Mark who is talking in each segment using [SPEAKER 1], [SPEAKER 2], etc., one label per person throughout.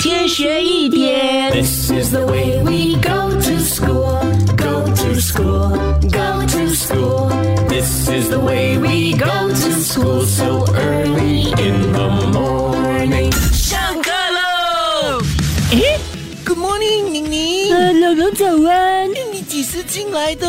[SPEAKER 1] 天学一点。
[SPEAKER 2] This is the way we go to school. Go to school. Go to school. This is the way we go to school so early in the morning.
[SPEAKER 1] 上课喽！
[SPEAKER 3] 哎，Good morning，宁宁，
[SPEAKER 4] 呃，老龙早安。
[SPEAKER 3] 你几时进来的？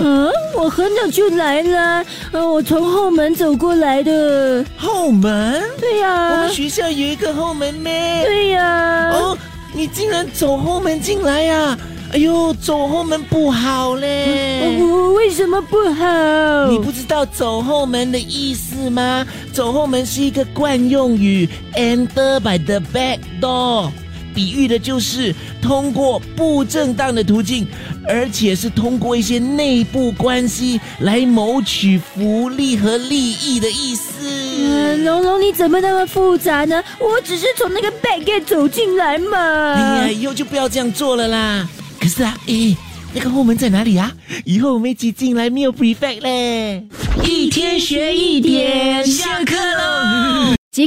[SPEAKER 4] 嗯，我很早就来了，呃，我从后门走过来的。
[SPEAKER 3] 后门？
[SPEAKER 4] 对呀、
[SPEAKER 3] 我们学校有一个后门咩？
[SPEAKER 4] 对啊呀、
[SPEAKER 3] 哦，你竟然走后门进来呀、哎呦，走后门不好
[SPEAKER 4] 呃
[SPEAKER 3] 嘞。
[SPEAKER 4] 我为什么不好？
[SPEAKER 1] 嗯
[SPEAKER 3] 你不知道走后门的意思吗？走后门是一个惯用语，enter by the back door，比喻的就是通过不正当的途径，而且是通过一些内部关系来谋取福利和利益的意
[SPEAKER 1] 嗯
[SPEAKER 4] 呃，
[SPEAKER 3] 思。
[SPEAKER 4] 龙龙，你怎么那么复杂呢？我只是从那个 back gate 走进来嘛。
[SPEAKER 3] 哎呀，以后就不要这样做了啦。可是啊，哎，那个后门在哪里啊？以后我们一起进来没有 prefect 嘞。
[SPEAKER 1] 一天学一点，下课喽！
[SPEAKER 5] 即